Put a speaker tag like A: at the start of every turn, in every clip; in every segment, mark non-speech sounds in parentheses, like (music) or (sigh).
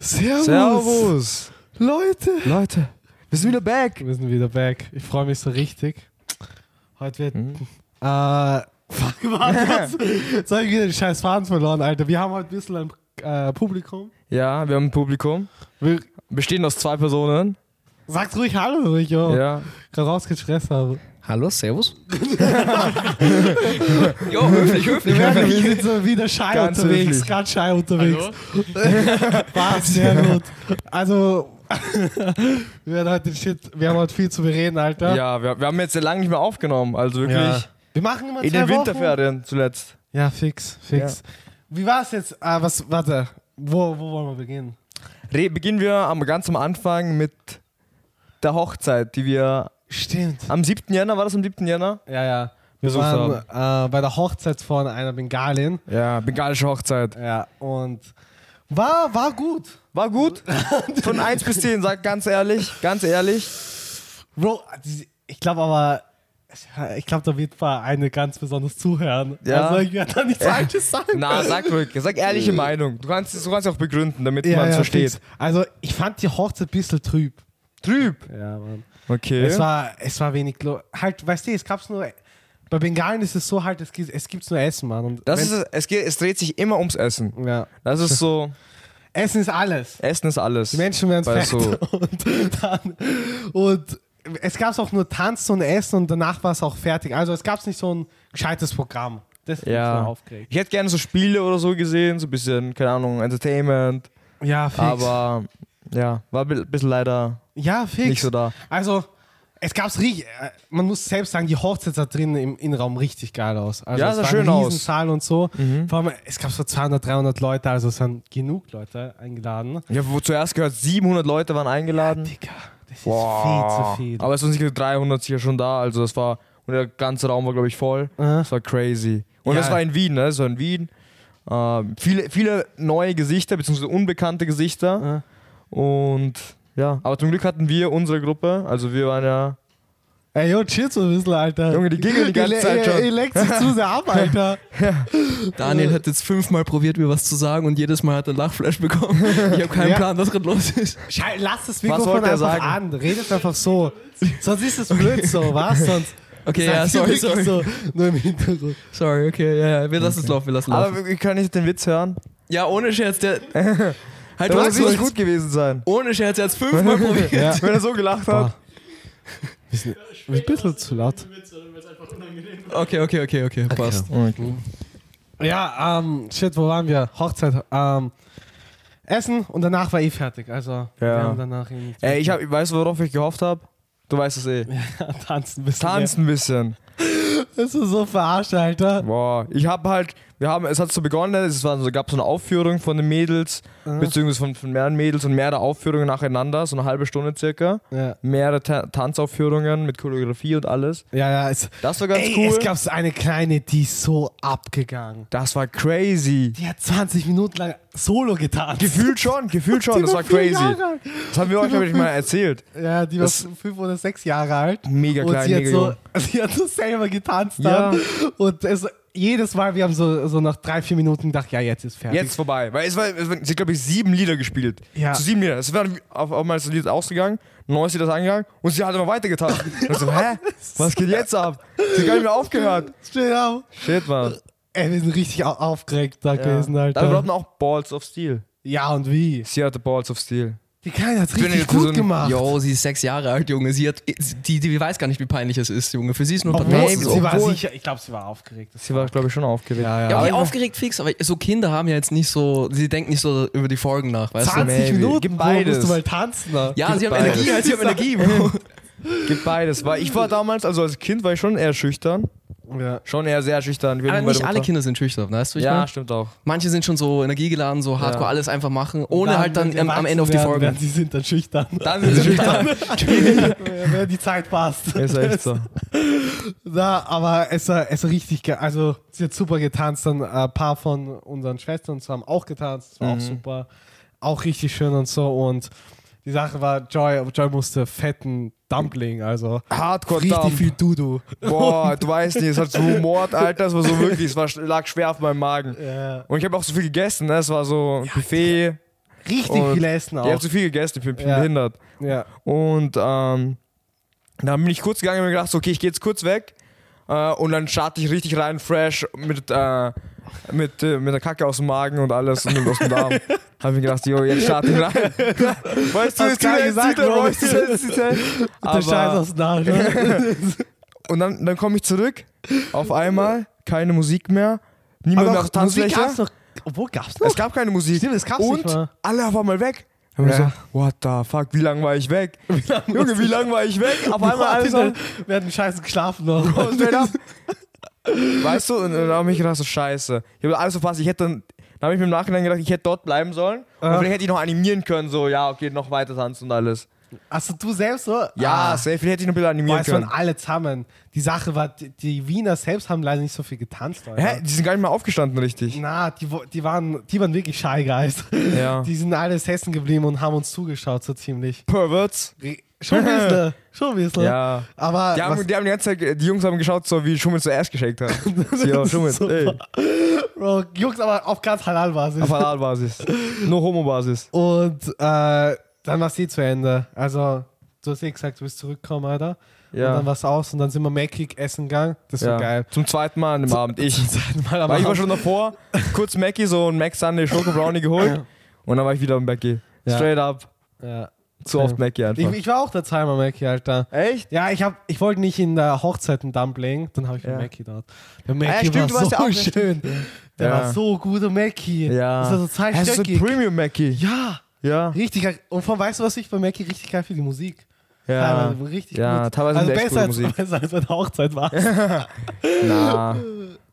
A: Servus.
B: Servus.
A: Leute.
B: Leute, wir sind wieder back.
A: Wir sind wieder back. Ich freue mich so richtig. Heute wird.
B: Hm.
A: Äh, fuck, was? Jetzt habe ich wieder den scheiß Faden verloren, Alter. Wir haben heute ein bisschen ein äh, Publikum.
B: Ja, wir haben ein Publikum.
A: Wir,
B: Bestehen aus zwei Personen.
A: sagt ruhig Hallo, ruhig, jo.
B: Ja.
A: Gerade rausgestresst habe.
C: Hallo, (laughs) Servus.
B: Jo, höflich, höflich.
A: Wir merken, wir sind so wieder schei
B: Ganz
A: unterwegs.
B: höflich.
A: Ganz schei unterwegs. (laughs) Passt, sehr gut. Also, (laughs) wir werden heute den Shit. Wir haben heute viel zu bereden, Alter.
B: Ja, wir, wir haben jetzt lange nicht mehr aufgenommen. Also wirklich
A: Ja. Wir machen immer
B: in
A: zwei
B: den
A: Wochen.
B: Winterferien zuletzt.
A: Ja, fix, fix. Wie war es jetzt? Ah, was, warte. Wo, wo wollen wir beginnen?
B: Re beginnen wir am, ganz am Anfang mit der Hochzeit, die wir
A: Stimmt.
B: am 7. Jänner, war das am 7. Jänner?
A: Ja, ja. Wir
B: Besucht
A: waren äh, bei der Hochzeit von einer Bengalin.
B: Ja, bengalische Hochzeit.
A: Ja, und war, war gut.
B: War (laughs) gut. Von 1 bis 10, sag ganz ehrlich, ganz ehrlich.
A: Bro, die- ich glaube aber, ich glaube, da wird mal eine ganz besonders zuhören.
B: Ja.
A: Also ich werde da nichts Falsches sagen.
B: Na, sag ruhig, sag ehrliche Meinung. Du kannst es du kannst auch begründen, damit man es versteht.
A: fix. Also ich fand die Hochzeit ein bisschen trüb.
B: Trüb.
A: Ja, Mann.
B: Okay.
A: Es, war, es war wenig. lo- Halt, weißt du, es gab's nur. Bei Bengalen ist es so halt, es gibt es gibt's nur Essen, Mann. Und
B: Das
A: wenn-
B: ist, es, es geht, es dreht sich immer ums Essen.
A: Ja.
B: Das ist so,
A: Essen ist alles.
B: Essen ist alles.
A: Die Menschen werden
B: Weil
A: fett.
B: so-
A: (laughs) Und, dann, und es gab auch nur Tanzen und Essen und danach war es auch fertig. Also es gab nicht so ein gescheites Programm. Das ist mich so
B: ja.
A: aufgeregt.
B: Ich hätte gerne so Spiele oder so gesehen, so ein bisschen, keine Ahnung, Entertainment.
A: Ja, fix.
B: Aber ja, war ein bi- bisschen leider
A: ja, fix.
B: nicht so da.
A: Also es gab's richtig. äh, Man muss selbst sagen, die Hochzeit sah drin im Innenraum richtig geil aus. Also
B: Ja,
A: es
B: sah
A: war
B: schön
A: ein
B: aus. Mhm.
A: Riesensaal und so. Vor allem, es gab so 200, 300 Leute, also es waren genug Leute eingeladen.
B: Ich habe zuerst gehört, 700 Leute waren eingeladen.
A: Digga, das ist
B: Mhm. Boah.
A: viel zu viel.
B: Aber es sind sicher 300 sicher schon da. Also das war, und der ganze Raum war, glaube ich, voll.
A: Aha.
B: Das war crazy. Und
A: Ja.
B: das war in Wien, ne? Das war in Wien. Ähm, viele, viele neue Gesichter, beziehungsweise unbekannte
A: Ja.
B: Gesichter. Und ja, aber zum Glück hatten wir unsere Gruppe. Also wir waren ja.
A: Ey, yo, chill so ein bisschen, Alter.
B: Junge, die giggeln die
A: (laughs)
B: ganze
A: le-
B: Zeit
A: ihr-
B: schon.
A: Ihr leckt sich zu sehr ab, Alter.
C: Daniel hat jetzt fünfmal probiert, mir was zu sagen und jedes Mal hat er Lachflash bekommen. Ich habe keinen
A: Ja.
C: Plan, was gerade los ist.
A: (laughs) Schei, lass das
B: wollte
A: Mikrofon
B: er
A: einfach
B: sagen?
A: an. Redet einfach so. Sonst ist es blöd so, (laughs) was? Sonst
C: Okay, ja,
A: seid ihr
C: sorry, sorry.
A: wirklich so nur im Hintergrund.
C: Sorry, okay, ja, ja, wir lassen es laufen, wir lassen es laufen.
B: Aber wir können nicht den Witz hören.
C: Ja, ohne
A: (laughs)
C: Scherz, der... halt,
B: Das
C: du
B: muss
C: hast
B: richtig
C: es
B: gut gewesen sein.
C: Ohne Scherz, er hat
A: (laughs)
C: es fünfmal (laughs) probiert.
A: Ja.
B: Wenn er so
A: (laughs)
B: gelacht hat.
A: Ah. Wir sind wir sind ein bisschen zu laut.
C: Okay, okay, okay, okay, passt.
A: Ja, ähm, shit, wo waren wir? Hochzeit. Ähm, Essen und danach war eh fertig. Also, wir
B: Ja.
A: haben danach eh nichts
B: Ey, ich hab, weißt du, worauf ich gehofft habe? Du weißt es eh.
A: mehr. (laughs) tanzen ein bisschen.
B: Tanzt ein bisschen.
A: mehr. Das ist so verarscht, Alter.
B: Boah, ich habe halt, wir haben, es hat so begonnen, es war so, gab so eine Aufführung von den Mädels, beziehungsweise von, von mehreren Mädels und mehrere Aufführungen nacheinander, so eine halbe Stunde circa.
A: Ja,
B: Mehrere Ta Tanzaufführungen mit Choreografie und alles.
A: ja, ja es,
B: Das war ganz
A: ey,
B: cool.
A: es gab so eine kleine, die ist so abgegangen.
B: das war crazy.
A: Die hat 20 Minuten lang Solo getanzt.
B: Gefühlt schon, gefühlt schon, das war crazy. Das haben wir euch, glaube ich, mal erzählt.
A: Ja, die war
B: Das-
A: fünf oder sechs Jahre alt.
B: Mega
A: und
B: klein,
A: sie hat,
B: mega
A: so,
B: jung.
A: (laughs) sie hat so selber getanzt
B: Ja.
A: dann. Und es, jedes Mal, wir haben so, so nach drei, vier Minuten gedacht, ja, jetzt ist fertig.
B: Jetzt vorbei. Weil es war, es waren- sie hat, glaube ich, sieben Lieder gespielt.
A: Ja.
B: Zu sieben Lieder. Es war auf einmal ist das Lied ausgegangen, ein neues Lied ist angegangen und sie hat
A: (laughs)
B: immer weitergetan. Und ich so, hä? Was geht jetzt ab? Sie hat gar nicht mehr aufgehört.
A: Steh auf.
B: Shit, Mann.
A: Ey, wir sind richtig au- aufgeregt da gewesen,
B: Da braucht
A: Alter.
B: man auch Balls of Steel.
A: Ja, und wie?
B: Sie hatte Balls of Steel.
A: Die Kleine hat
B: bin
A: richtig
B: jetzt so
A: gut
B: ein-
A: gemacht.
C: Yo, sie ist sechs Jahre alt, Junge. Sie hat, die, die weiß gar nicht, wie peinlich es ist, Junge. Für sie ist nur
A: Obwohl,
C: Tanzen.
A: sie war
B: obwohl-
A: sicher, ich glaube, sie war aufgeregt.
B: Sie war, glaube ich, schon aufgeregt.
C: Ja,
B: Aber
C: wie
B: ich-
C: aufgeregt fix, aber so Kinder haben ja jetzt nicht so, sie denken nicht so über die Folgen nach, weißt du?
A: 20
B: maybe. Gib
A: Minuten, Bro,
B: beides.
A: musst du mal tanzen. ne? Da.
C: Ja, sie haben
B: Beides. (laughs)
C: Energie, sie haben Energie, Bro.
B: Gibt beides. Weil ich war damals, also als Kind war ich schon eher schüchtern.
A: Ja.
B: Schon eher sehr schüchtern. Wir
C: Aber
B: lieben bei
C: nicht
B: der
C: alle
B: Mutter.
C: Kinder sind schüchtern, weißt du? Ich
B: Ja,
C: meine,
B: stimmt auch.
C: manche sind schon so energiegeladen, so hardcore
B: Ja.
C: alles einfach machen, ohne halt dann
A: wenn sie
C: am, am Ende auf die
A: erwachsen werden, werden
C: Folgen.
A: Sie sind dann
C: (laughs)
A: schüchtern.
B: Dann (laughs) sind sie schüchtern.
A: wenn die Zeit passt.
B: Ist echt
C: (laughs)
B: so.
A: Na, aber es war, es war richtig geil. Also, sie hat super getanzt. Dann äh, ein paar von unseren Schwestern und so haben auch getanzt. Das war
C: Mhm.
A: auch super. Auch richtig schön und so. Und die Sache war, Joy, Joy musste fetten Dumpling, also
B: Hardcore
A: richtig
B: Dump.
A: viel Dudu.
B: Boah, du weißt nicht, es hat so Mord, Alter, es war so wirklich, es war, lag schwer auf meinem Magen.
A: Ja.
B: Und ich habe auch so viel gegessen, ne? es war so ein Buffet,
A: Richtig
B: Und
A: viel Essen
B: Ich habe
A: auch.
B: zu viel gegessen, ich bin
A: Ja.
B: behindert.
A: Ja.
B: Und ähm, dann bin ich kurz gegangen und mir gedacht, so, okay, ich gehe jetzt kurz weg. Äh, und dann starte ich richtig rein, fresh, mit, äh, mit, äh, mit der Kacke aus dem Magen und alles und aus dem Darm.
A: (laughs)
B: Hab ich mir gedacht, jo, jetzt starte ich rein. weißt du,
A: Hast
B: jetzt
A: klar
B: wieder- jetzt
A: gesagt,
B: wieder-
A: Robert.
B: jetzt
A: (laughs)
B: wieder- jetzt wieder-
A: Der Scheiß
B: Aber-
A: aus Nach.
C: (laughs)
A: Ne?
B: Und dann, dann komme ich zurück, auf einmal, keine Musik mehr, niemand mehr auf der
A: Musik
B: Tanzfläche.
A: gab's noch. Obwohl gab's noch?
B: Es gab keine Musik.
A: Stimmt, es gab's
B: und
A: nicht mal.
B: alle auf einmal weg. Und ich so,
A: Ja.
B: what the fuck, wie lange war ich weg? Junge, wie lange war ich
A: (laughs)
B: weg? Auf einmal alles
A: ne.
B: auf,
A: Wir hatten scheiße geschlafen
B: (laughs)
A: noch.
B: Oh, straight up. Weißt du, und dann habe ich gedacht, so scheiße. Ich habe alles verpasst. Ich hätte dann, dann habe ich mir im Nachhinein gedacht, ich hätte dort bleiben sollen. Und
A: Ah.
B: vielleicht hätte ich noch animieren können, so, ja, okay, noch weiter tanzen und alles.
A: Achso, du selbst so?
B: Ja,
A: ah,
B: safe, vielleicht hätte ich noch ein bisschen
A: boah,
B: animieren
A: es waren
B: können.
A: alle zusammen. Die Sache war, die, die Wiener selbst haben leider nicht so viel getanzt. Alter.
B: Hä? Die sind gar nicht mehr aufgestanden, richtig.
A: (laughs) Na, die, wo- die, waren, die waren wirklich Shy Guys. (laughs)
B: Ja.
A: Die sind alle Hessen geblieben und haben uns zugeschaut, so ziemlich.
B: Perverts.
A: Re- Schon ein bisschen,
B: (laughs)
A: schon ein bisschen.
B: Ja.
A: Aber
B: Die haben,
A: was-
B: die haben die ganze Zeit, die Jungs haben geschaut, so wie Schummel zuerst
A: (laughs)
B: geschenkt hat. Ja, Schummel,
A: Super.
B: ey.
A: Bro, Jungs, aber auf ganz Halal-Basis.
B: Auf Halal-Basis. Nur Homo-Basis.
A: Und äh, dann war sie zu Ende. Also, du hast eh gesagt, du willst zurückkommen, Alter.
B: Ja.
A: Und dann war es aus und dann sind wir Mackig essen gegangen. Das war
B: Ja.
A: geil. (laughs)
B: Zum zweiten Mal an dem Abend. Ich.
A: Mal am
B: Weil ich war
A: Abend.
B: schon davor, kurz Mackie so ein Mac Sunday Schoko Brownie geholt und dann war ich wieder im Mackie.
A: Ja.
B: Straight up.
A: ja.
B: Zu oft Mackie
A: ich,
B: einfach.
A: ich war auch der Timer Mackie, Alter.
B: Echt?
A: Ja, ich, hab, ich wollte nicht in der Hochzeit einen Dumpling, dann habe ich
B: Ja.
A: einen Mackie dort. Der Mackie
B: stimmt, du
A: war
B: warst ja
A: so
B: auch nicht-
A: schön. Der
B: Ja.
A: war so gut, der Mackie.
B: Ja.
A: Das war so
B: Das ist so
A: zweistöckig.
B: Premium Mackie.
A: ja,
B: Ja.
A: richtig geil. Und von weißt du, was ich bei Mackie richtig geil für die Musik?
B: Ja.
A: Teilweise richtig
B: Ja,
A: gut.
B: teilweise
A: also
B: sind echt
A: besser
B: gute
A: als,
B: Musik.
A: besser als bei der Hochzeit war.
B: Na.
A: (laughs)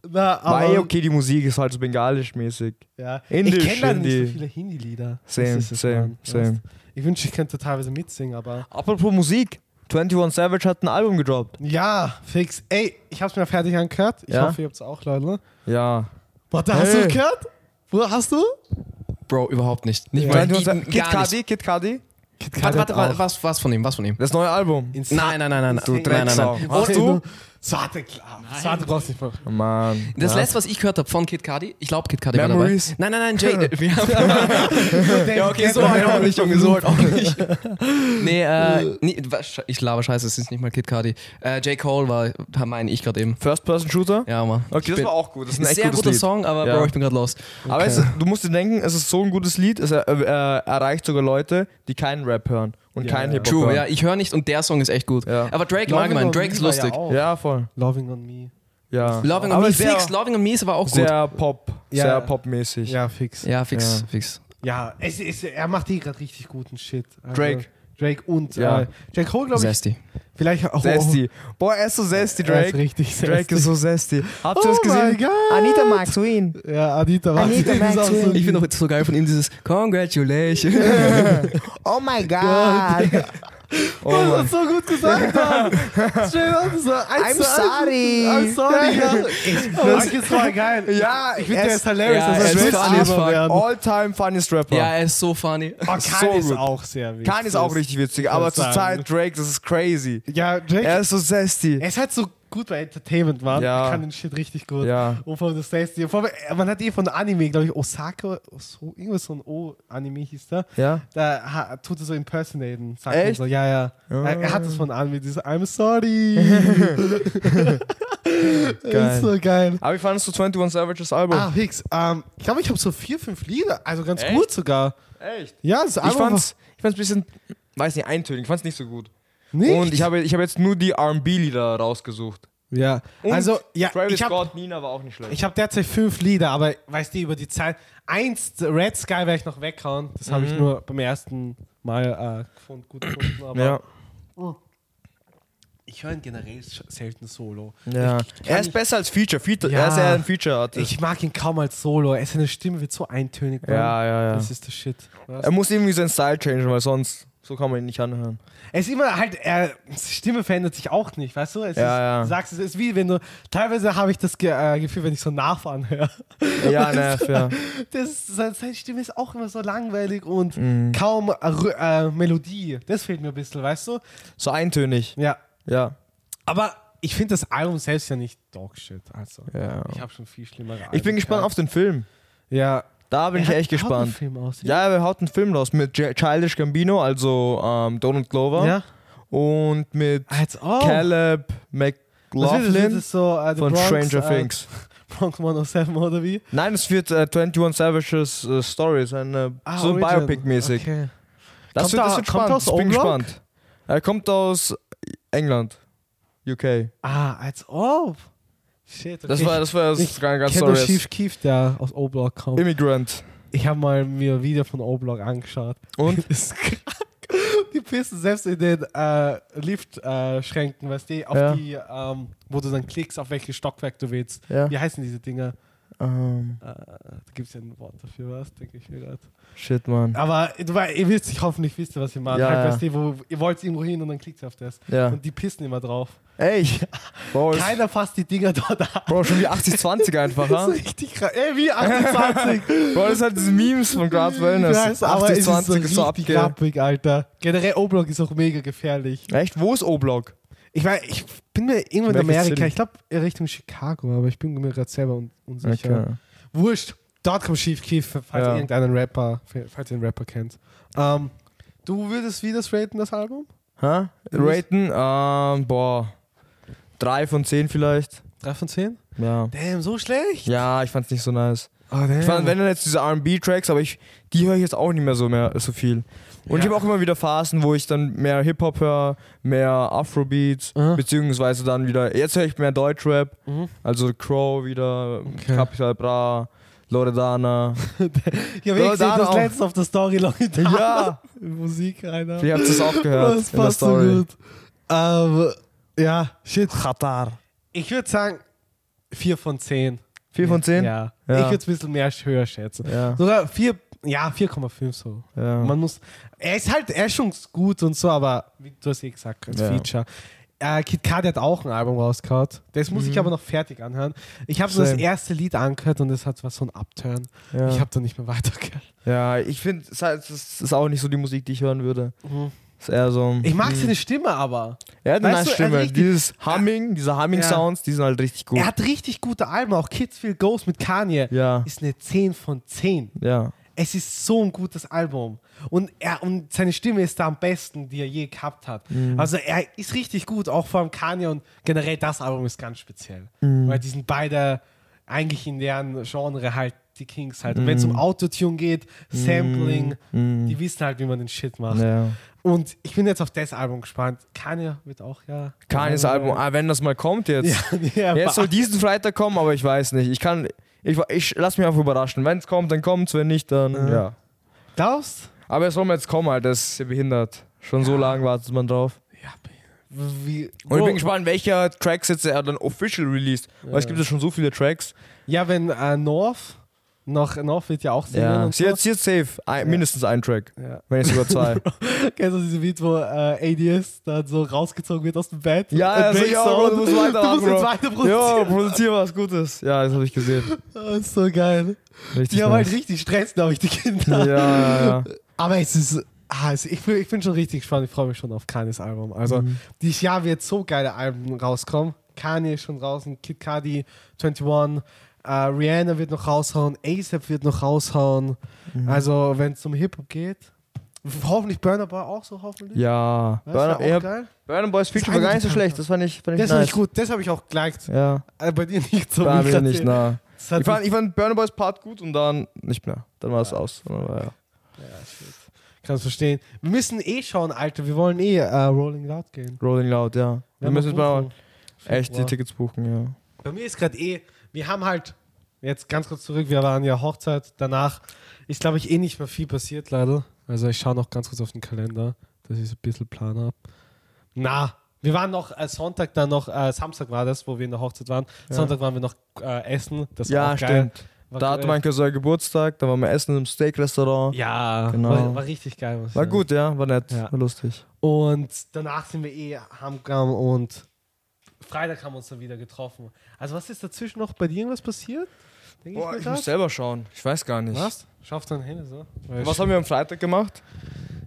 A: Na,
B: War
A: aber
B: eh okay, die Musik ist halt so bengalisch mäßig.
A: Ja.
B: Indisch,
A: ich kenne leider nicht
B: Hindi.
A: so viele Hindi-Lieder. Das
B: Same,
A: ist es,
B: same,
A: Mann.
B: same.
A: Ich wünsche, ich könnte teilweise mitsingen, aber.
B: Apropos Musik. 21 Savage hat ein Album gedroppt.
A: Ja, fix. Ey, ich hab's mir fertig angehört. Ich
B: Ja?
A: hoffe, ihr habt's auch, Leute.
B: Ja.
A: Warte, hast
B: Hey.
A: du gehört? Wo hast du?
C: Bro, überhaupt nicht. Nicht
A: Ja.
C: mal.
B: 21
C: Gar
B: Kid
C: nicht.
B: Cudi, Kid Cudi.
C: Warte, warte, warte, was, was von ihm? Was von ihm?
B: Das neue Album.
C: Nein, nein, nein, nein,
B: Du
C: nein, nein, nein,
B: Drecksau.
C: nein.
B: Hast du?
A: Swarte, klar. Swarte brauchst nicht mehr.
B: Oh Mann.
C: Das
B: Ja.
C: letzte, was ich gehört habe von Kid Cudi, ich glaube, Kid Cudi
B: Memories.
C: war dabei. Nein, nein,
B: (laughs)
C: nein, Jay. Wir haben, (laughs)
A: ja,
C: halt auch nicht, Junge, so halt auch nicht. Nee, äh, nee, was- ich laber scheiße, es ist nicht mal Kid Cudi. Äh, J. Cole war, meine ich gerade eben.
B: First Person Shooter.
C: Ja, Mann. Ich
B: Okay, das
C: bin-
B: war auch gut. Das ist ein echt
C: Sehr
B: gutes
C: guter
B: Lied.
C: Song, aber
B: Ja.
C: Bro, ich bin gerade lost.
B: Aber es, du musst dir denken, es ist so ein gutes Lied, es er, äh, erreicht sogar Leute, die keinen Rap hören und
A: Ja,
B: keinen
A: ja.
B: Hip-Hop
C: True,
B: hören.
C: ja, ich höre nicht und der Song ist echt gut.
B: Ja.
C: Aber Drake mag man, Drake ist lustig.
A: Ja,
B: Ja, voll.
A: Loving on Me.
B: Ja.
C: Loving on
B: Aber
C: Me
B: sehr,
C: fix, Loving on Me ist aber auch gut.
B: sehr Pop,
A: Ja.
B: sehr popmäßig.
A: Ja, fix. Ja,
C: Ja, fix,
B: Ja.
C: fix.
A: es, es, er macht eh gerade richtig guten Shit. Also,
B: Drake.
A: Drake und
B: Ja.
A: äh, Jake Cole, glaube ich.
C: Zesty.
A: Vielleicht auch.
B: Zesty. Boah, er ist so zesty,
A: Er ist
B: Drake.
A: richtig
B: Drake
A: zesty.
B: ist so zesty. Habt ihr
A: Oh
B: das
A: mein
B: gesehen?
A: Gott.
B: Anita magst du ihn.
A: Ja, Anita war
B: Anita
A: die ist auch so
C: Ich
A: lieb.
C: finde
A: (laughs)
C: auch jetzt so geil von ihm dieses
B: (laughs)
C: Congratulations.
B: Oh
A: (laughs)
B: mein Gott. Oh
A: Du
B: Mann.
A: hast so gut gesagt, Mann. Schön, dass du so eins
B: I'm
A: zu eins-
B: sorry.
A: I'm sorry. Ja. Das ist voll geil.
B: Ja,
A: Ich finde, der ist hilarious.
C: ja,
A: dass
C: er
A: er
C: ist
A: Schwitz
C: funny as
A: lieber
C: fuck.
A: werden.
B: All-time funniest Rapper.
C: ja, er ist so funny.
A: Oh, Khan
B: so
A: ist
B: gut.
A: auch sehr witzig.
B: Khan ist auch richtig witzig, aber
A: muss
B: zur
A: sagen.
B: Zeit Drake, das ist crazy.
A: Ja, Drake,
B: Er
A: er,
B: ist so zesty.
A: ist halt so gut bei Entertainment, Mann.
B: Ja.
A: Er kann den Shit richtig gut.
B: Ja.
A: Und von The States, die- vor allem, man hat eh von Anime, glaube ich, Osaka, so, irgendwas so ein O-Anime hieß der.
B: Ja.
A: Da ha, tut er so impersonaten, sagt er
B: Echt? Ah.
A: so, ja, ja. Er, er hat es von Anime, dieses I'm
B: (laughs)
A: sorry. (laughs) Das ist so geil.
B: Aber wie fandest du 21 Savages Album?
A: Ah, Hicks. Ähm, ich glaube, ich habe so vier, fünf Lieder. Also ganz
B: Echt?
A: gut sogar.
B: Echt?
A: Ja, das
B: Ich
A: Album
B: fand's, ich fand's ein bisschen, weiß nicht, eintönig. Ich fand's nicht so gut.
A: war- nicht.
B: Und ich habe, ich habe jetzt nur die RB-Lieder rausgesucht.
A: ja.
B: Und
A: also, ja,
B: Travis
A: ich habe
B: Scott, Nina war auch nicht schlecht.
A: ich hab derzeit fünf Lieder, aber weißt du, über die Zeit. Eins, Red Sky werde ich noch weghauen. Das habe
B: Mhm.
A: ich nur beim ersten Mal äh, gefunden, gut gefunden. Aber ich höre ihn generell sch- selten solo.
B: ja. Er ist
A: nicht-
B: besser als Feature. Feature Er
A: Ja.
B: ist eher ein Feature-Artist.
A: Ich mag ihn kaum als solo. Er- Seine Stimme wird so eintönig. Mann.
B: Ja, ja, ja.
A: Das ist der Shit. Was?
B: Er muss irgendwie seinen Style changen, weil sonst, so kann man ihn nicht anhören.
A: Es ist immer halt, er, die Stimme verändert sich auch nicht, weißt du? Es
B: Ja,
A: ist,
B: ja.
A: Du sagst, es ist wie wenn du, teilweise habe ich das Ge äh, Gefühl, wenn ich so Nachfahren höre,
B: Ja, nerv, ja.
A: (laughs) das, seine, seine Stimme ist auch immer so langweilig und
B: Mhm.
A: kaum äh, Rö- äh, Melodie. Das fehlt mir ein bisschen, weißt du?
B: So eintönig.
A: Ja,
B: Ja.
A: aber ich finde das Album selbst ja nicht Dogshit, also.
B: ja.
A: Ich habe schon viel schlimmere
B: Ich bin gespannt auf den Film.
A: Ja,
B: Da bin ich echt gespannt. Ja, er haut einen Film raus mit J- Childish Gambino, also ähm, Donald Glover.
A: ja.
B: Und mit
A: Ah, jetzt
B: Oh.
A: auch.
B: Caleb
A: Was wird das? Wird
B: McLaughlin
A: das so, äh, The
B: von
A: Bronx,
B: Stranger
A: äh,
B: Things.
A: Bronx 107 oder wie?
B: Nein, es wird äh, 21 Savages äh, Story sein, äh,
A: Ah,
B: so ein
A: Origin.
B: Biopic-mäßig.
A: Okay.
B: Das,
A: Kommt
B: wird, das
A: da-
B: wird
A: kommt
B: spannend.
A: aus
B: ich bin
A: Oak
B: gespannt. Er kommt aus England, UK.
A: Ah, als ob. Shit, okay.
B: Das war das war das
A: ich
B: ganz, ganz
A: Ich kenne
B: sorry.
A: Chief Keef, der aus O-Block kommt.
B: Immigrant.
A: Ich habe mal mir ein Video von O-Block angeschaut.
B: Und?
A: Das (laughs) ist krank. Die pissen selbst in den äh, Liftschränken, weißt du, auf
B: Ja.
A: die, ähm, wo du dann klickst, auf welches Stockwerk du willst.
B: ja.
A: Wie heißen diese Dinger?
B: Ähm,
A: Äh, da gibt es ja ein Wort dafür, was, denke ich mir gerade.
B: shit, Mann.
A: Aber du, wei- ihr wisst, ich hoffentlich wisst ihr, was ich meine.
B: Ja,
A: halt,
B: ja.
A: weißt du, wo, ihr wollt irgendwo hin und dann klickt ihr auf das.
B: Ja.
A: Und die pissen immer drauf.
B: Ey, Bro, ist-
A: Keiner fasst die Dinger dort an.
B: Bro schon wie 80-20 einfach,
A: Das (laughs)
B: ha?
A: ist richtig krass. Ey, wie 28?
B: (laughs) Bro, das ist halt diese Memes von Grass Wellness.
A: Ich weiß, aber es ist
B: 80-20 ist
A: richtig
B: so abge...
A: grappig, Alter. Generell O-Block ist auch mega gefährlich.
B: Echt? Wo ist O-Block?
A: Ich meine, ich bin mir irgendwo in
B: Welches
A: Amerika,
B: City?
A: ich glaube Richtung Chicago, aber ich bin mir gerade selber un unsicher. Wurscht, dort kommt Chief Keef, falls
B: Ja.
A: ihr irgendeinen Rapper, falls ihr einen Rapper kennt. Ähm, du würdest wie das raten, das Album?
B: Hä? Raten? Ähm, boah. 3 von 10 vielleicht.
A: 3 von 10?
B: Ja.
A: Damn, so schlecht?
B: Ja, ich fand's nicht so nice.
A: Oh, damn.
B: Ich fand, wenn dann jetzt diese RB-Tracks, aber ich, die höre ich jetzt auch nicht mehr so mehr so viel. Und ich
A: Ja.
B: habe auch immer wieder Phasen, wo ich dann mehr Hip-Hop höre, mehr Afrobeats,
A: Aha.
B: beziehungsweise dann wieder, jetzt höre ich mehr Deutschrap,
A: Mhm.
B: also Crow wieder,
A: Okay.
B: Capital Bra,
A: (laughs)
B: Loredana.
A: ich habe eh
B: da-
A: gesehen,
B: da
A: das
B: auch.
A: letzte auf der Story Leute.
B: (laughs) ja!
A: Musik rein.
B: Ihr habt das auch gehört
A: Das passt so gut. Ähm, ja, shit.
B: Qatar.
A: Ich würde sagen, 4 von 10.
B: 4 von 10?
A: Ja.
B: Ja.
A: Ich würde es ein bisschen mehr höher schätzen.
B: Ja.
A: Sogar 4, ja, 4,5 so.
B: ja.
A: Man muss, er ist halt, er ist schon gut und so, aber wie du hast eh gesagt, als
B: Ja.
A: Feature. Äh, Kid Cudi hat auch ein Album rausgehauen. Das muss ich aber noch fertig anhören. Ich habe so das
B: Same.
A: erste Lied angehört und das hat was so ein Upturn.
B: ja.
A: Ich habe da nicht mehr weitergehört.
B: ja, ich finde, das ist auch nicht so die Musik, die ich hören würde.
A: Mhm.
B: Ist eher so. hm.
A: Ich mag seine Stimme aber.
B: Er hat eine
A: Weißt
B: nice
A: du, er hat
B: Stimme.
A: richtig-
B: Dieses Humming, diese Humming-Sounds, die sind halt richtig gut.
A: Er hat richtig gute Alben, auch Kids Feel Ghost mit Kanye.
B: ja,
A: Ist eine 10 von 10.
B: ja.
A: Es ist so ein gutes Album. Und, er, und seine Stimme ist da am besten, die er je gehabt hat.
B: Mhm.
A: Also er ist richtig gut, auch vor allem Kanye und generell das Album ist ganz speziell.
B: Mhm.
A: Weil die sind beide eigentlich in deren Genre halt die Kings halt. Und wenn es
B: Mhm.
A: um Autotune geht, Sampling, die wissen halt, wie man den Shit macht.
B: Hm. ja.
A: Und ich bin jetzt auf das Album gespannt. Kanye wird auch ja.
B: Keines Album. (laughs) Ah, wenn das mal kommt
A: Ja,
B: jetzt.
A: ja,
B: Jetzt soll diesen Freitag kommen, aber ich weiß nicht. Ich kann. Ich, ich lass mich einfach überraschen. Wenn es kommt, dann kommt's. Wenn nicht, dann.
A: Mhm.
B: Ja.
A: Glaubst
B: Aber es soll mal jetzt kommen, Alter. halt, Das ist ja behindert. Schon so lange wartet man drauf.
A: Ja, wie,
B: Und ich
A: Bro.
B: bin gespannt, welcher Tracks jetzt er dann official released. Weil es gibt ja schon so viele Tracks.
A: ja, wenn äh, North noch North wird ja auch singen und
B: Sie
A: so.
B: hat, sie hat safe. Ein, Mindestens einen Track.
A: Ja.
B: Wenn nicht
A: (laughs)
B: sogar zwei.
A: Kennst du diese Video, wo äh, ADS dann so rausgezogen wird aus dem Bett?
B: Ja,
A: Und
B: ja, so,
A: Drake
B: ja,
A: so,
B: Bro, du musst
A: du
B: weitermachen,
A: musst jetzt
B: Bro.
A: weiter (laughs)
B: Ja,
A: produzieren.
B: produziere was Gutes. Ja, das habe ich gesehen.
A: Das Oh, ist so geil.
B: Richtig.
A: Die haben halt
B: nice.
A: richtig Stress, glaube ich, die
B: ja,
A: Kinder.
B: ja, ja.
A: Aber es ist. Ah, es, ich, bin- ich bin schon richtig gespannt. Ich freue mich schon auf Kanyes Album. Also,
B: Mhm.
A: dieses Jahr wird so geile Alben rauskommen. Kanye ist schon draußen, Kid Cudi, 21, äh, Rihanna wird noch raushauen, ASAP wird noch raushauen.
B: Mhm.
A: Also, wenn es um Hip-Hop geht, hoffentlich Burner Boy auch so, hoffentlich.
B: Ja.
A: Weißt du,
B: Burner,
A: auch
B: ja,
A: geil.
B: Burner Boys Feature war
A: eine
B: gar nicht so
A: Gitarre.
B: schlecht. Das fand ich, fand ich
A: Das
B: nice.
A: ist gut, das habe ich auch geliked.
B: Ja,
A: Äh, Bei dir nicht so
B: Burner
A: wie grad
B: Boys nicht,
A: hier.
B: na.
A: Das hat
B: Ich fand, ich fand Burner Boys Part gut und dann nicht mehr. Dann war es aus. Und dann war, ja.
A: Kannst verstehen. Wir müssen eh schauen, Alter. Wir wollen eh äh, Rolling Loud gehen.
B: Rolling Loud, ja. Wir
A: haben
B: müssen
A: auch
B: jetzt mal
A: Buchung.
B: echt die
A: Februar.
B: Tickets buchen, ja.
A: Bei mir ist gerade eh, wir haben halt, jetzt ganz kurz zurück, wir waren ja Hochzeit, danach ist, glaube ich, eh nicht mehr viel passiert, leider. Also ich schaue noch ganz kurz auf den Kalender, dass ich so ein bisschen Plan habe. Na, wir waren noch äh, Sonntag, dann noch, äh, Samstag war das, wo wir in der Hochzeit waren. Sonntag waren wir noch äh, essen, das war
B: Ja,
A: auch geil.
B: stimmt.
A: War
B: Da hatte
A: geil.
B: mein Cousin Geburtstag, da waren wir essen im Steak-Restaurant.
A: Ja,
B: Genau.
A: war, war richtig geil. muss ich
B: War
A: sagen.
B: gut, ja, war nett,
A: Ja.
B: war lustig.
A: Und danach sind wir eh Hamgam und Freitag haben wir uns dann wieder getroffen. Also was ist dazwischen noch bei dir irgendwas passiert? Denk mir grad.
B: selber schauen. Ich weiß gar nicht.
A: Was? Schaff dein Handy so.
B: Was haben wir am Freitag gemacht?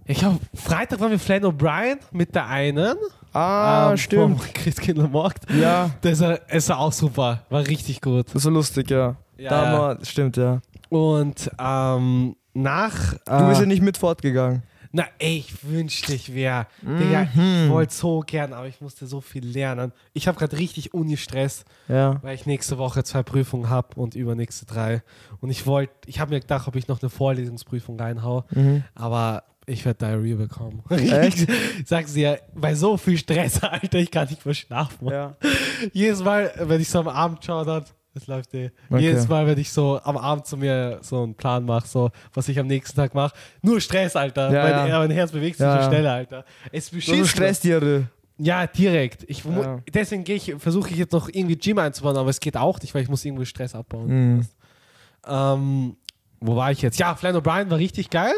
A: Ich glaube, Freitag waren wir Flan O'Brien mit der einen.
B: Ah,
A: ähm, (laughs)
B: stimmt.
A: Vom Christkindlermarkt.
B: Ja,
A: Das war, es war auch super. War richtig gut.
B: das war lustig, ja.
A: Ja,
B: da
A: ja.
B: haben wir, stimmt, ja.
A: Und ähm, nach.
B: Du bist
A: äh,
B: ja nicht mit fortgegangen.
A: Na, ey, ich wünschte, ich wäre. Digga,
B: Mhm.
A: ich wollte so gern, aber ich musste so viel lernen. Ich habe gerade richtig Uni-Stress,
B: Ja.
A: weil ich nächste Woche zwei Prüfungen habe und übernächste drei. Und ich wollte, ich habe mir gedacht, ob ich noch eine Vorlesungsprüfung reinhau,
B: Mhm.
A: aber ich werde Diarrhea bekommen. (laughs)
B: Echt?
A: Sag's dir, bei so viel Stress, (laughs) Alter, ich kann nicht mehr schlafen.
B: Ja.
A: Jedes Mal, wenn ich so am Abend schaue, dann, das läuft eh.
B: Okay.
A: Jedes Mal, wenn ich so am Abend zu mir so einen Plan mache, so was ich am nächsten Tag mache, nur Stress, Alter.
B: Ja,
A: mein,
B: ja.
A: mein Herz bewegt sich
B: Ja,
A: ja,
B: ja.
A: schneller, Alter. Es
B: So
A: beschissen.
B: Stress dir.
A: Ja, direkt. Ich, mu-
B: Ja.
A: Deswegen gehe ich, versuche ich jetzt noch irgendwie Gym einzubauen, aber es geht auch nicht, weil ich muss irgendwo Stress abbauen.
B: Mhm.
A: Ähm, wo war ich jetzt? Ja, Flann O'Brien war richtig geil.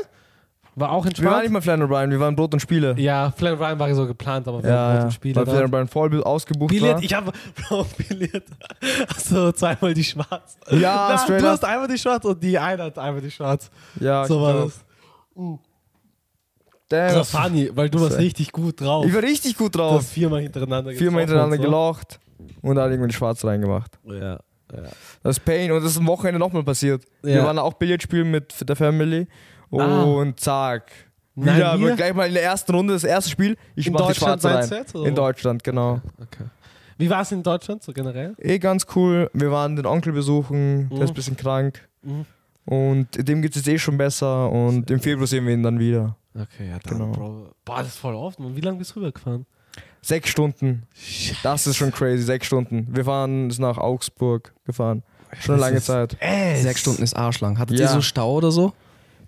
A: War auch
B: Wir waren nicht
A: entspannt.
B: mal Flann O'Brien, wir waren Brot und Spiele.
A: Ja, Flann O'Brien war so geplant, aber wir
B: Ja,
A: haben halt
B: ja.
A: ja. Spieler.
B: Weil
A: dort.
B: Flann O'Brien voll ausgebucht
A: Billard,
B: war.
A: ich habe (laughs) Bro, Billard. Achso, zweimal die Schwarz.
B: Ja,
A: Na,
B: straight
A: du
B: up.
A: hast einmal die Schwarz und die eine hat einmal die Schwarz.
B: ja, genau.
A: so
B: ich
A: war
B: glaub.
A: das.
B: Damn,
A: Das war
B: das
A: funny, weil du warst
B: Sorry.
A: richtig gut drauf.
B: ich war richtig gut
A: du hast
B: drauf.
A: viermal hintereinander
B: Viermal
A: getroffen
B: hintereinander gelocht und dann irgendwann schwarz reingemacht.
A: und so. Ja.
B: Das ist Pain und das ist am Wochenende nochmal passiert. Wir
A: Ja.
B: waren auch Billard spielen mit der Family und
A: Ah.
B: zack.
A: Nein,
B: Wieder, aber
A: wir?
B: gleich mal in der ersten Runde, das erste Spiel. Ich
A: In
B: mach die
A: Deutschland
B: Schwarze rein.
A: meinst du jetzt, oder
B: in
A: wo?
B: Deutschland, genau.
A: Wie war es in Deutschland so generell?
B: Eh ganz cool. Wir waren den Onkel besuchen, der
A: Mhm.
B: ist ein bisschen krank.
A: Mhm.
B: Und dem geht es jetzt eh schon besser und im Februar sehen wir ihn dann wieder.
A: Okay, ja,
B: dann, Genau.
A: Bro. Boah, das ist voll oft, Mann. Wie lange bist du rübergefahren?
B: Sechs Stunden. Das ist schon crazy, sechs Stunden. Wir fahren bis nach Augsburg gefahren. Schon eine
A: Das
B: lange
A: ist-
B: Zeit.
A: Ey,
C: Sechs Stunden ist arschlang. Hattet
B: Ja.
C: ihr so Stau oder so?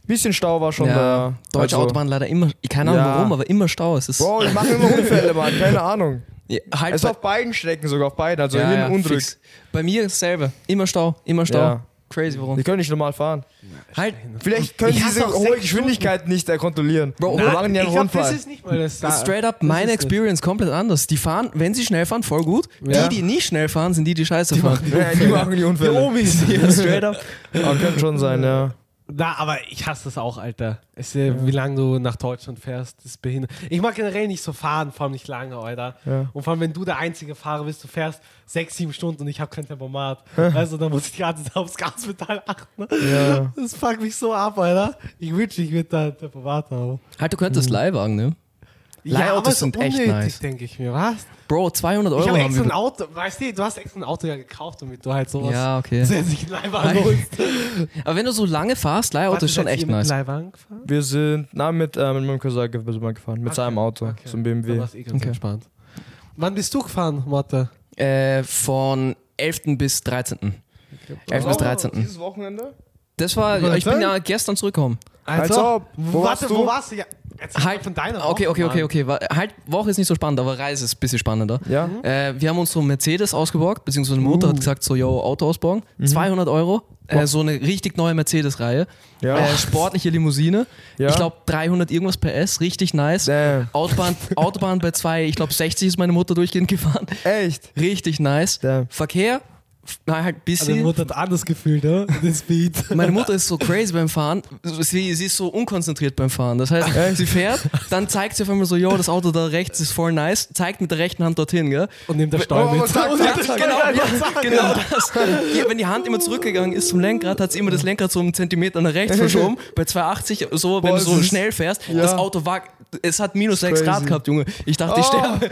B: Bisschen Stau war schon da.
C: Deutsche
B: Also-
C: Autobahn leider immer, keine Ahnung
B: Ja.
C: warum, aber immer Stau. Es ist
B: Bro, ich mache immer Unfälle, Mann. Keine Ahnung.
C: Ja,
B: Es
C: halt
B: ist
C: bei-
B: auf beiden Strecken sogar, auf beiden. Also
C: ja,
B: hin
C: ja,
B: und rück.
C: fix. Bei mir dasselbe. Immer Stau, immer Stau.
B: Ja.
C: Crazy, warum?
B: Die können nicht normal fahren.
C: Halt,
B: Vielleicht können
C: Ich
B: sie
C: hasse
B: diese
C: auch
B: hohe
C: sechs
B: Geschwindigkeit nicht äh, kontrollieren.
C: Bro,
B: wir
C: nein,
B: machen ja einen
A: ich glaub, das
B: Unfall.
A: ist nicht mal das.
C: straight up
A: das
C: meine
A: ist das.
C: Experience komplett anders. Die fahren, wenn sie schnell fahren, voll gut.
A: Ja.
C: Die, die nicht schnell fahren, sind die, die scheiße fahren.
B: Ja, die machen die
A: Die
B: Unfälle.
A: Omis hier.
B: (laughs)
C: Straight up.
B: Aber könnte schon sein, ja.
A: Na, aber ich hasse das auch, Alter. Es, äh, Wie lange du nach Deutschland fährst, ist behindert. Ich mag generell nicht so fahren, vor allem nicht lange, Alter.
B: Ja.
A: Und vor allem, wenn du der einzige Fahrer bist, du fährst sechs, sieben Stunden und ich habe kein Tempomat. also, dann muss ich die ganze Zeit aufs Gaspedal achten.
B: Ja.
A: Das fuckt mich so ab, Alter. Ich wünschte, ich würde da ein Tempomat haben.
C: (laughs) Halt, du
A: Mhm.
C: könntest Leihwagen, ne? Leihautos
A: aber es ist
C: sind echt
A: unnötig,
C: nice.
A: denke ich mir, was?
C: Bro, 200
A: Ich
C: Euro
A: habe
C: haben
A: extra ein
C: wir.
A: Auto, weißt du, du hast extra ein Auto ja gekauft, damit du halt sowas
C: Ja, okay.
A: zusätzlich Leihwagen holst.
C: Aber wenn du so lange fahrst,
A: Warte,
C: Leihauto ist schon
A: seid ihr
C: echt
A: mit
C: nice.
A: Leihwagen gefahren?
B: Wir sind, na, mit, äh, mit meinem Cousin ge- sind wir gefahren. Mit seinem Auto.
A: Okay.
B: So ein
A: Da
B: BMW.
A: war's eh ganz
C: Okay.
A: entspannt. Wann bist du gefahren, Motte?
C: Äh, von 11. bis 13. 11. bis 13.
B: Wochenende?
C: Das war, ich bin
B: Wahnsinn.
C: ja gestern zurückgekommen.
B: Als ob.
A: Also, Wo
B: Wo
A: Warte,
B: warst du?
A: wo warst du? Ja, erzähl
C: Halt-
A: mal Mhm. von deiner
C: Okay,
A: Woche,
C: okay, okay,
A: Mann.
C: okay. Wa- Halt, Woche ist nicht so spannend, aber Reise ist ein bisschen spannender.
B: Ja.
C: Äh, wir haben uns so einen Mercedes ausgeborgt, beziehungsweise meine
A: Uh.
C: Mutter hat gesagt, so, yo, Auto ausborgen.
A: Mhm.
C: 200 Euro, äh, so eine richtig neue Mercedes-Reihe.
B: Ja.
C: Äh, sportliche Limousine.
B: Ja.
C: Ich glaube, 300 irgendwas PS, richtig nice.
B: Damn.
C: Autobahn, Autobahn bei zwei, ich glaube, 60 ist meine Mutter durchgehend gefahren.
B: Echt?
C: Richtig nice.
B: Damn.
C: Verkehr, f- na, halt
A: Also, deine
C: bisschen.
A: Mutter hat anders gefühlt, ne? (laughs) Den Speed.
C: Meine Mutter ist so crazy beim Fahren. Sie, sie ist so unkonzentriert beim Fahren. Das heißt, sie fährt, dann zeigt sie auf einmal so, yo, das Auto da rechts ist voll nice, zeigt mit der rechten Hand dorthin, gell?
A: Und nimmt der Steuer
B: Oh,
A: mit.
B: aber sag-
A: Und nimmt
B: sag-
A: der
B: sag-
A: Steuer
C: Genau,
A: mit.
C: ja, genau das. Hier, wenn die Hand immer zurückgegangen ist zum Lenkrad, hat sie immer das Lenkrad so um einen Zentimeter nach rechts verschoben.
B: (laughs)
C: Bei 280, so, wenn
B: Boah,
C: du
B: das
C: so
B: ist-
C: schnell fährst,
B: Ja.
C: das Auto war, es hat minus 6
B: Crazy.
C: Grad gehabt, Junge. Ich dachte, ich
B: Oh.
C: sterbe.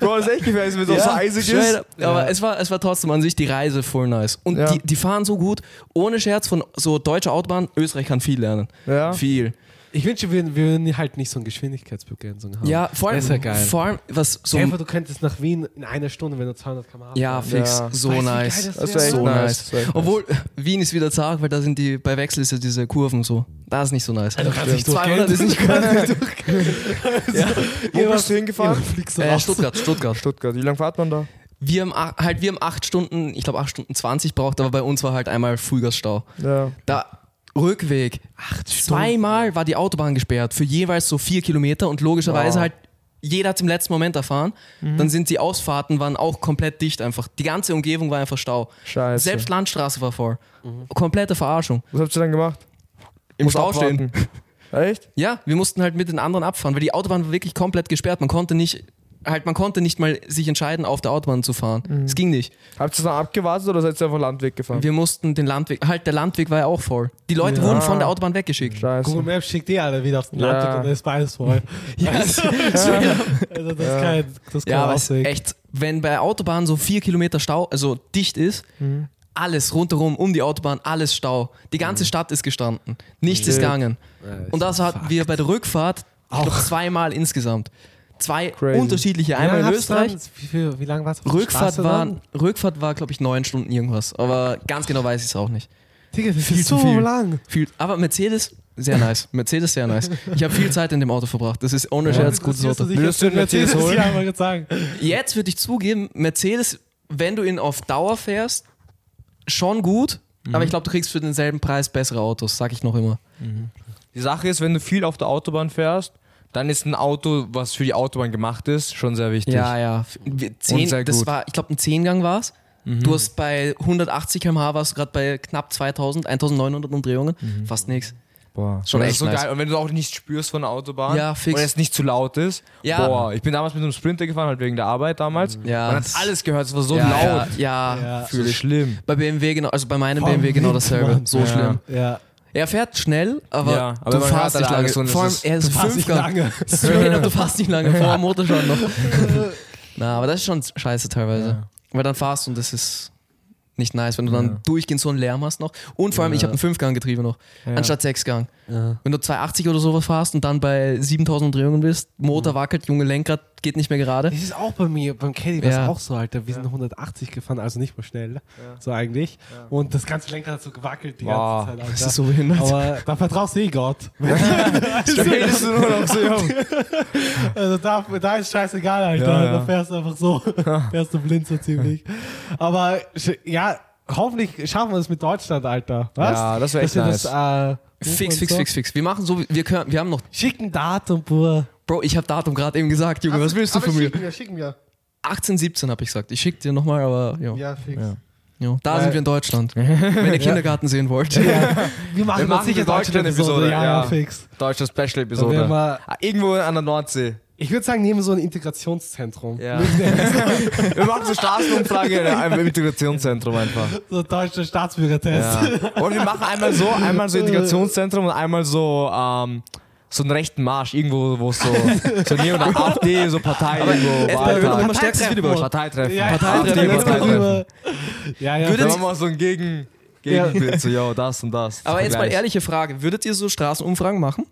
B: (laughs) Bro, das ist echt gefährlich, wenn es so eisig
C: straight
B: ist.
C: up. Aber es, war, es war trotzdem an sich die Reise voll nice. Und
B: Ja.
C: die, die fahren so gut, ohne Scherz von so deutscher Autobahn. Österreich kann viel lernen.
B: Ja.
C: Viel.
A: Ich wünsche, wir wir würden halt nicht so eine Geschwindigkeitsbegrenzung haben.
C: Ja, vor allem,
A: Das ist ja geil.
C: vor allem was so.
A: Einfach, du könntest nach Wien in einer Stunde, wenn du 200 km/h
C: Ja,
A: fährst.
C: fix.
B: Ja.
C: So
A: Weißt du, wie geil
C: nice.
A: das
B: Das
A: wär
B: wäre echt
C: so
B: nice.
C: nice.
B: Das wär echt nice.
C: Obwohl, Wien ist wieder zart, weil da sind die, bei Wechsel ist ja diese Kurven so. Da ist nicht so nice.
A: kannst nicht durchgehen.
C: 200 ist nicht gut.
B: Wo bist du hingefahren?
A: fliegst
C: Äh,
A: raus.
C: Stuttgart, Stuttgart.
B: Stuttgart. Wie lange fahrt man da?
C: Wir haben, ach- halt, wir haben 8 Stunden, ich glaube 8 Stunden 20 braucht, aber bei uns war halt einmal Frühgasstau.
B: Ja.
C: Da, Rückweg. Acht Zweimal war die Autobahn gesperrt für jeweils so vier Kilometer und logischerweise
B: Wow.
C: halt jeder hat im letzten Moment erfahren. Dann sind die Ausfahrten waren auch komplett dicht einfach. Die ganze Umgebung war einfach Stau.
B: Scheiße.
C: Selbst Landstraße war voll. Komplette Verarschung.
B: Was habt ihr dann gemacht?
C: Im
B: Muss
C: Stau
B: abwarten. Echt?
C: stehen. Ja, wir mussten halt mit den anderen abfahren, weil die Autobahn war wirklich komplett gesperrt. Man konnte nicht halt, man konnte nicht mal sich entscheiden, auf der Autobahn zu fahren. Es ging nicht.
B: Habt ihr dann abgewartet oder seid ihr einfach Landweg gefahren?
C: Wir mussten den Landweg, halt, der Landweg war ja auch voll. Die Leute
B: Ja.
C: wurden von der Autobahn weggeschickt.
A: Google
B: Scheiße.
A: Maps schickt eh alle wieder auf den
B: Ja.
A: Landtag und dann ist beides voll.
C: (laughs) Ja,
A: (laughs) Also das ist kein, das ist kein
C: ja aber es-
A: Ausweg.
C: echt, wenn bei Autobahn so vier Kilometer Stau, also dicht ist, alles rundherum, um die Autobahn, alles Stau. Die ganze Stadt ist gestanden. Nichts ist
B: Shit.
C: gegangen. Und das hatten wir bei der Rückfahrt auch zweimal insgesamt. Zwei
B: Crazy.
C: unterschiedliche.
A: Wie
C: Einmal
A: lange
C: in
A: hat's dann-
C: Österreich.
A: Wie, viel, wie lange war es auf der
C: Rückfahrt
A: Straße
C: war,
A: dann?
C: Rückfahrt war, glaube ich, neun Stunden irgendwas. Aber ganz genau weiß ich es auch nicht.
A: Digga, das
C: viel
A: ist
C: zu
A: so
C: viel.
A: lang.
C: Viel, aber Mercedes, sehr nice. Mercedes, sehr nice. Ich habe viel Zeit in dem Auto verbracht. Das ist ohne Scherz gutes
A: wirst
C: Auto.
A: du
B: Würdest du den Mercedes
A: (laughs)
B: holen?
A: Ja, mal sagen.
C: Jetzt würde ich zugeben, Mercedes, wenn du ihn auf Dauer fährst, schon gut. Aber ich glaube, du kriegst für denselben Preis bessere Autos, sag ich noch immer.
B: Die Sache ist, wenn du viel auf der Autobahn fährst, dann ist ein Auto, was für die Autobahn gemacht ist, schon sehr wichtig.
C: Ja, ja. Wir- Zehn,
B: sehr
C: das
B: gut.
C: war, ich glaube, ein Zehngang war es. Du hast bei 180 km/h warst du gerade bei knapp 2000, 1900 Umdrehungen. Fast nichts.
B: Boah.
C: Schon
B: Und das
C: echt
B: ist so
C: nice.
B: geil. Und wenn du auch nichts spürst von der Autobahn
C: Ja, fix.
B: und es nicht zu laut ist,
C: Ja.
B: boah, ich bin damals mit einem Sprinter gefahren, halt wegen der Arbeit damals.
C: Ja.
B: Man hat alles gehört, es war so
C: ja,
B: laut.
C: Ja, ja.
A: Ja.
B: So schlimm.
C: Bei BMW genau, also bei meinem
A: Vom
C: BMW genau
A: Wind,
C: dasselbe.
A: Mann.
C: So
B: Ja.
C: schlimm.
A: Ja.
C: Er fährt schnell, aber,
B: Ja, aber
C: du
B: man
C: fährst
B: hört
C: nicht
B: halt
C: lange.
B: alles und es
C: Vor allem,
B: ist-
C: er ist
A: Du fährst nicht
C: (laughs) Fünfgang.
A: lange.
C: Straight up, du fährst nicht lange.
A: (laughs)
C: Vor dem Motor schon noch. Na, aber das ist schon scheiße teilweise.
B: Ja.
C: Weil dann fahrst du und das ist nicht nice, wenn du dann
B: Ja.
C: durchgehend so einen Lärm hast noch. Und vor allem, ich habe ein Fünfganggetriebe noch,
B: Ja. (laughs)
C: anstatt Sechsgang.
A: Ja.
C: Wenn du 280 oder sowas fahrst und dann bei 7000 Umdrehungen bist, Motor wackelt, Junge, Lenkrad geht nicht mehr gerade.
A: Das ist auch bei mir, beim Caddy war es
C: Ja.
A: auch so, Alter. Wir sind 180 gefahren, also nicht mal schnell, so eigentlich. Und das ganze Lenkrad hat so gewackelt die
B: Boah,
A: ganze Zeit, Alter.
C: Das ist so behindert.
A: Aber da vertraust du eh Gott.
C: (laughs)
B: Da redest du nur noch so, ja.
A: (laughs) Also da, da ist scheißegal, Alter.
B: Ja, ja.
A: Da fährst du einfach so. (laughs) fährst du blind so ziemlich. Aber sch- ja, hoffentlich schaffen wir es mit Deutschland, Alter. Was?
B: Ja, das wäre
A: Dass
B: echt
A: wir
B: nice.
A: Das, äh,
C: Fix,
A: und
C: fix,
A: so.
C: fix, fix. Wir machen so, wie- wir können, wir haben noch,
A: Schicken Datum, Bruder.
C: Bro, ich habe Datum gerade eben gesagt, Junge, was willst du von mir?
A: Schicken wir, schicken wir.
C: 18, 17 habe ich gesagt. Ich schicke dir nochmal, aber ja.
A: Ja, fix.
B: Ja.
C: ja. Da
A: Weil-
C: sind wir in (laughs) Deutschland. Wenn ihr Kindergarten sehen wollt.
A: Wir machen,
B: Wir
A: das
B: machen
A: sicher
B: eine Deutschland-Episode,
A: Deutschland-Episode. Ja, ja,
B: ja.
A: fix.
B: Deutsche
A: Dann werden
B: Special-Episode.
A: wir,
B: Ah, Irgendwo an der Nordsee.
A: ich würde sagen, nehmen wir so ein Integrationszentrum.
B: Ja. Wir machen so Straßenumfrage in einem Integrationszentrum einfach.
A: (laughs) So deutscher Staatsbürgertest.
B: Ja. Und wir machen einmal so, einmal so Integrationszentrum und einmal so, ähm, so einen rechten Marsch, irgendwo, wo es so, so neben der AfD, so Partei irgendwo.
C: SPÖ wird
B: Wahltag.
C: immer stärkster Videobereich.
A: (laughs)
B: Parteitreffen.
A: Ja,
C: Parteitreffen,
A: ja,
B: AfD,
A: dann reden wir
B: Parteitreffen.
C: Parteitreffen.
A: drüber. Ja, ja.
B: Dann
C: Würdet-
B: machen wir so ein Gegen,
A: Ja.
B: Gegenbild, so, yo, das und das.
C: Aber jetzt mal
B: Vergleich.
C: ehrliche Frage. Würdet ihr so Straßenumfragen machen?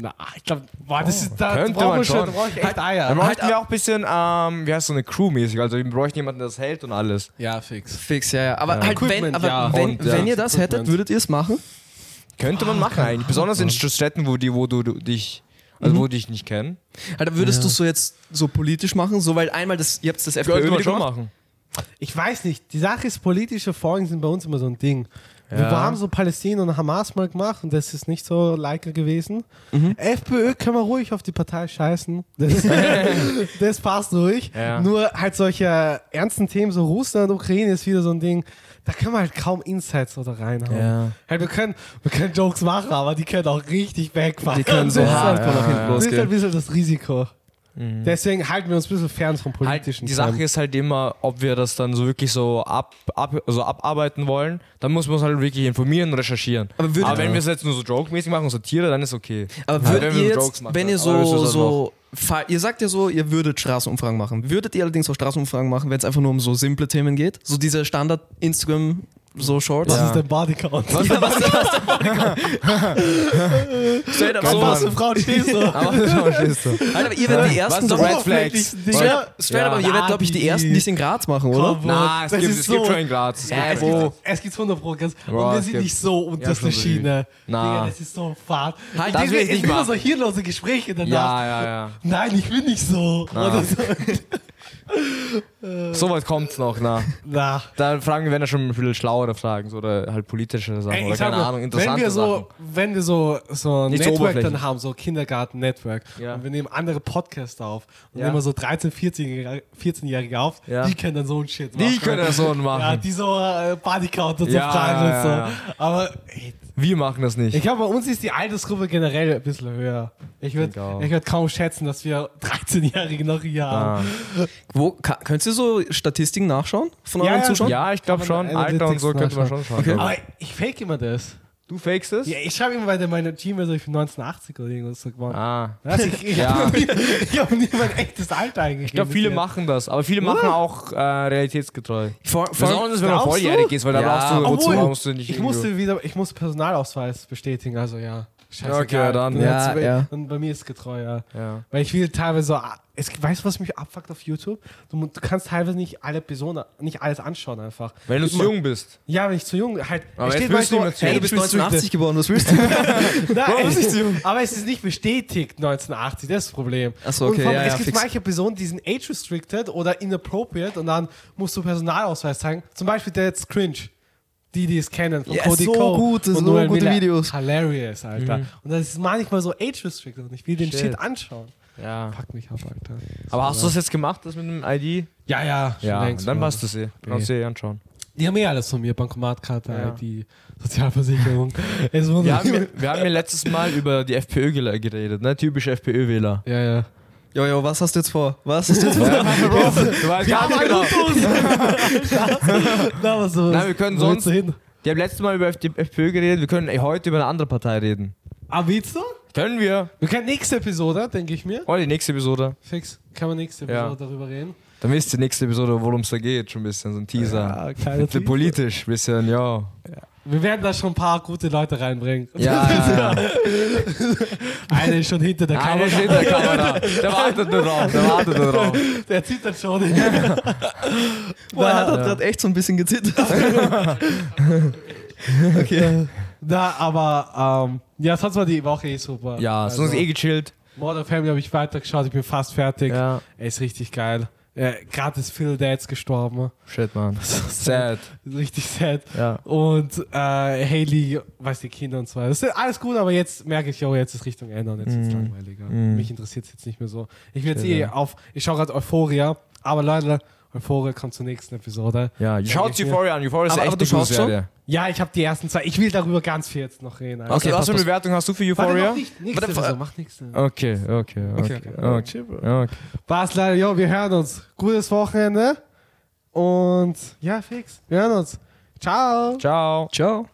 A: Na, ich glaube, boah, das ist, da
B: könnte
A: brauchen
B: man
A: wir schon, da
B: schon.
A: brauche ich echt
B: Dann
C: halt
A: Eier.
B: bräuchten wir auch ein bisschen, ähm, wie heißt so eine Crew-mäßig, also wir bräuchten jemanden, der das hält und alles.
A: Ja, fix.
C: Fix, ja, ja. Aber halt, wenn,
A: Equipment,
C: aber
A: ja.
C: wenn,
B: Und, ja.
C: wenn ihr das hättet, würdet ihr es machen?
B: Könnte
C: Ah,
B: man machen eigentlich, besonders in Städten, wo, die, wo du, du dich, also
C: Mhm.
B: wo dich nicht kennen.
C: Alter, würdest du es so jetzt so politisch machen? So, weil einmal das, ihr habt das FPÖ
B: Könnte
C: wieder
B: man schon
C: gemacht.
B: machen.
A: Ich weiß nicht, die Sache ist, politische Folgen sind bei uns immer so ein Ding. Wir
B: Ja.
A: haben so Palästina und Hamas mal gemacht und das ist nicht so leiker gewesen.
B: Mhm.
A: FPÖ können wir ruhig auf die Partei scheißen.
B: (laughs)
A: Das, das passt ruhig.
B: Ja.
A: Nur halt solche ernsten Themen, so Russland, Ukraine ist wieder so ein Ding, da können wir halt kaum Insights oder reinhauen.
B: Ja.
A: Halt, wir, können, wir können Jokes machen, aber die können auch richtig wegfahren.
C: Die können so
A: Das ist
C: hart
A: halt- Das
C: nach hinten
A: ist halt ein
C: losgehen.
A: bisschen das Risiko. Deswegen halten wir uns ein bisschen fern vom
B: Mhm. Halt,
A: politischen
B: die Sache ist halt immer, ob wir das dann so wirklich so, ab, ab, also abarbeiten wollen, dann muss man uns halt wirklich informieren und recherchieren.
C: Aber würdet-
B: wenn wir es jetzt nur so joke-mäßig machen, Satire, dann ist okay.
C: Aber
B: Ja,
C: würdet
B: wenn wir so
C: ihr jetzt,
B: Jokes machen,
C: wenn
B: ja.
C: ihr
B: Aber
C: so,
B: das ist
C: so fa- ihr sagt ja so, ihr würdet Straßenumfragen machen. Würdet ihr allerdings auch Straßenumfragen machen, wenn es einfach nur um so simple Themen geht? So diese Standard Instagram so Shorts?
A: Was
B: Ja.
A: ist dein Bodycount? Was
C: Ja, was, was, Straight up
A: so
B: Mann.
A: was für Frauen stehst du?
B: (laughs) Aber schon stehst du.
C: Alter, ihr werdet die
B: Was
C: ersten doch-
B: ist Red Flags?
A: Oberflächlichen Dinger.
C: Straight
B: Ja.
C: up, ihr werdet, glaube ich, die ersten, die es in Graz machen, oder?
A: Komm,
B: Na, es
A: Das
B: gibt,
A: ist
B: es gibt
A: so-
B: schon in Graz. Es
A: Ja, es,
B: gibt
A: gibt,
B: schon-
A: es gibt 100 Programms und
B: Boah,
A: wir
B: es
A: sind
B: gibt-
A: nicht so unterste
B: schon so
A: Schiene.
B: Na.
A: Digga, das ist so fad.
C: Halt,
A: Ich
B: das
A: denke,
B: will ich
A: es
B: nicht
A: gibt immer
B: machen.
A: so hirnlose Gespräche danach.
B: Ja, ja,
A: Nein, ich bin nicht so. Oder so. Äh.
B: ja. So weit kommt's noch, na.
A: Na.
B: Da fragen wir, wenn ja schon ein bisschen schlauere Fragen, so, oder halt politische Sachen,
A: Ey,
B: oder
A: ich sag
B: keine
A: nur,
B: Ahnung,
A: wenn
B: interessante
A: wir
B: Sachen.
A: so, wenn wir so, so ein
B: Nicht so
A: Network dann
B: oberflächlich.
A: haben, so Kindergarten-Network,
B: Ja.
A: und wir nehmen andere Podcasts auf und
B: Ja.
A: nehmen wir so 13-, 14-Jährige 14-Jährige auf,
B: Ja.
A: die können dann so ein Shit machen.
B: Die können das so
A: Ja,
B: machen.
A: die so äh, Bodycount und
B: Ja,
A: so Fragen
B: ja, ja,
A: und so. Aber ey,
B: Wir machen das nicht.
A: ich glaube, bei uns ist die Altersgruppe generell ein bisschen höher. Ich
B: denk
A: würde
B: auch.
A: würd kaum schätzen, dass wir 13-Jährige noch hier haben.
C: Wo, ka- könnt ihr so Statistiken nachschauen von
A: Ja,
C: euren
A: ja,
C: Zuschauern?
B: Ja, ich glaube
A: Kann man
B: schon.
A: da
B: Alter und so
A: Analytics
B: könnte man schon schauen.
C: Okay.
B: glaub ich.
A: Aber ich fake immer das.
B: Du fakest es?
A: Ja, ich schreibe immer bei der- meiner Gmail, so ich bin 1980 oder irgendwas so geworden.
B: Ah.
A: Was? Ich, ich
B: Ja.
A: habe nie, ich hab nie mein echtes Alter eigentlich.
B: Ich glaube, viele machen das, aber viele machen auch äh, realitätsgetreu.
C: Vor, vor,
B: Besonders wenn man
A: Glaubst du?
B: volljährig ist, weil da
C: Ja.
B: brauchst du, wozu
A: Obwohl,
B: brauchst du nicht
A: Ich
B: irgendwo-
A: musste wieder, ich muss Personalausweis bestätigen, also ja. Scheißegal.
B: Okay, dann.
A: hat's
C: Ja,
A: bei,
C: ja.
A: Und bei mir ist getreu, ja.
B: Ja.
A: Weil ich will teilweise so, ah, es, weißt du, was mich abfuckt auf YouTube? Du, mu- du kannst teilweise nicht alle Personen, nicht alles anschauen einfach.
B: Wenn du zu
A: Immer-
B: jung bist.
A: Ja, wenn ich zu jung, halt.
B: Aber
A: es
B: jetzt
A: steht
B: bist du
A: manchmal
B: nicht mehr zu jung.
C: hey, du bist
A: Age restricted.
C: 1980 geboren, was
B: (laughs)
C: willst du?
A: Nein,
B: Warum nicht so jung?
A: aber es ist nicht bestätigt 1980, das ist das Problem.
C: Ach so,
A: Und
C: okay,
A: vor allem,
C: ja,
A: es
C: ja,
A: gibt
C: fix.
A: manche Personen, die sind age-restricted oder inappropriate und dann musst du Personalausweis zeigen. Zum Beispiel der jetzt Cringe. Die, die es kennen. Von
C: Ja,
A: Cody
C: so
A: Cole
C: gut,
A: und
C: so
A: Noel
C: gute
A: Miller.
C: Videos.
A: Hilarious, Alter. Und das ist manchmal so age-restricted und ich will den
B: Shit.
A: Shit anschauen.
B: Ja.
A: Fuck mich ab, Alter.
B: Aber hast du das jetzt gemacht, das mit dem ID?
A: Ja, ja, schon längst,
B: Dann
A: Mann.
B: passt das eh. Kannst du eh anschauen.
A: Die haben eh alles von mir. Bankomatkarte,
B: Ja.
A: ID, Sozialversicherung. es wundert
B: Wir
A: mich.
B: haben, ja, wir haben ja letztes Mal über die FPÖ-Wähler geredet, ne? Typische FPÖ-Wähler.
A: (laughs) Ja, ja.
C: Jo, jo, was hast du jetzt vor? Was hast du jetzt vor?
B: du weißt gar nicht genau.
A: (laughs) Na, aber so,
B: Nein, wir können
A: wo willst du
B: sonst-
A: hin?
B: Die haben letztes Mal über die FPÖ geredet, wir können ey, heute über eine andere Partei reden.
A: Ah, willst du?
B: Können wir?
A: Wir können nächste Episode, denke ich mir.
B: Oh, die nächste Episode.
A: Fix. Kann man nächste
B: Ja.
A: Episode darüber reden.
B: Dann wisst ihr nächste Episode, worum es da geht, schon ein bisschen, so ein Teaser.
A: Ja,
B: Ein
A: kleiner
B: bisschen
A: Teaser.
B: politisch, ein bisschen, ja.
A: Wir werden da schon ein paar gute Leute reinbringen.
B: Ja, ja.
A: (laughs) Einer ist schon hinter der Kamera.
B: Einer ist hinter der Kamera. Der wartet nur drauf, der wartet nur drauf.
A: Der zittert schon. (laughs)
C: Boah, er hat
B: Ja.
C: gerade echt so ein bisschen gezittert. okay.
A: Na, aber ähm, ja, sonst war die Woche eh super.
B: Ja,
A: also,
B: sonst eh gechillt.
A: Modern Family habe ich weitergeschaut. Ich bin fast fertig.
B: Ja.
A: Ey, ist richtig geil. Äh, Gerade ist Phil Dads gestorben.
B: Shit, man. Sad.
A: Richtig sad.
B: Ja.
A: Und äh, Haley, weiß die Kinder und so weiter. Das ist alles gut, aber jetzt merke ich, oh, jetzt ist Richtung Ende und jetzt ist es langweiliger. Mich interessiert es jetzt nicht mehr so. Ich will jetzt eh auf, ich schaue gerade Euphoria, aber Leute, Euphoria kommt zur nächsten Episode.
B: Ja, schaut Euphoria an. Euphoria ist
C: Aber-
B: echt
C: aber du
B: eine gute
C: schaust schon?
B: Serie.
A: Ja, ich habe die ersten zwei. Ich will darüber ganz viel jetzt noch reden. Alter.
B: Okay, was
C: passt,
B: für eine
C: passt.
B: Bewertung hast du für
A: Warte, noch
B: Euphoria?
A: nicht. Nächste
C: Warte,
A: Episode, mach nächste.
B: Okay, okay, okay. okay. okay.
A: War's leider, jo, wir hören uns. Gutes Wochenende und ja, fix. Wir hören uns. Ciao.
B: Ciao.
C: Ciao.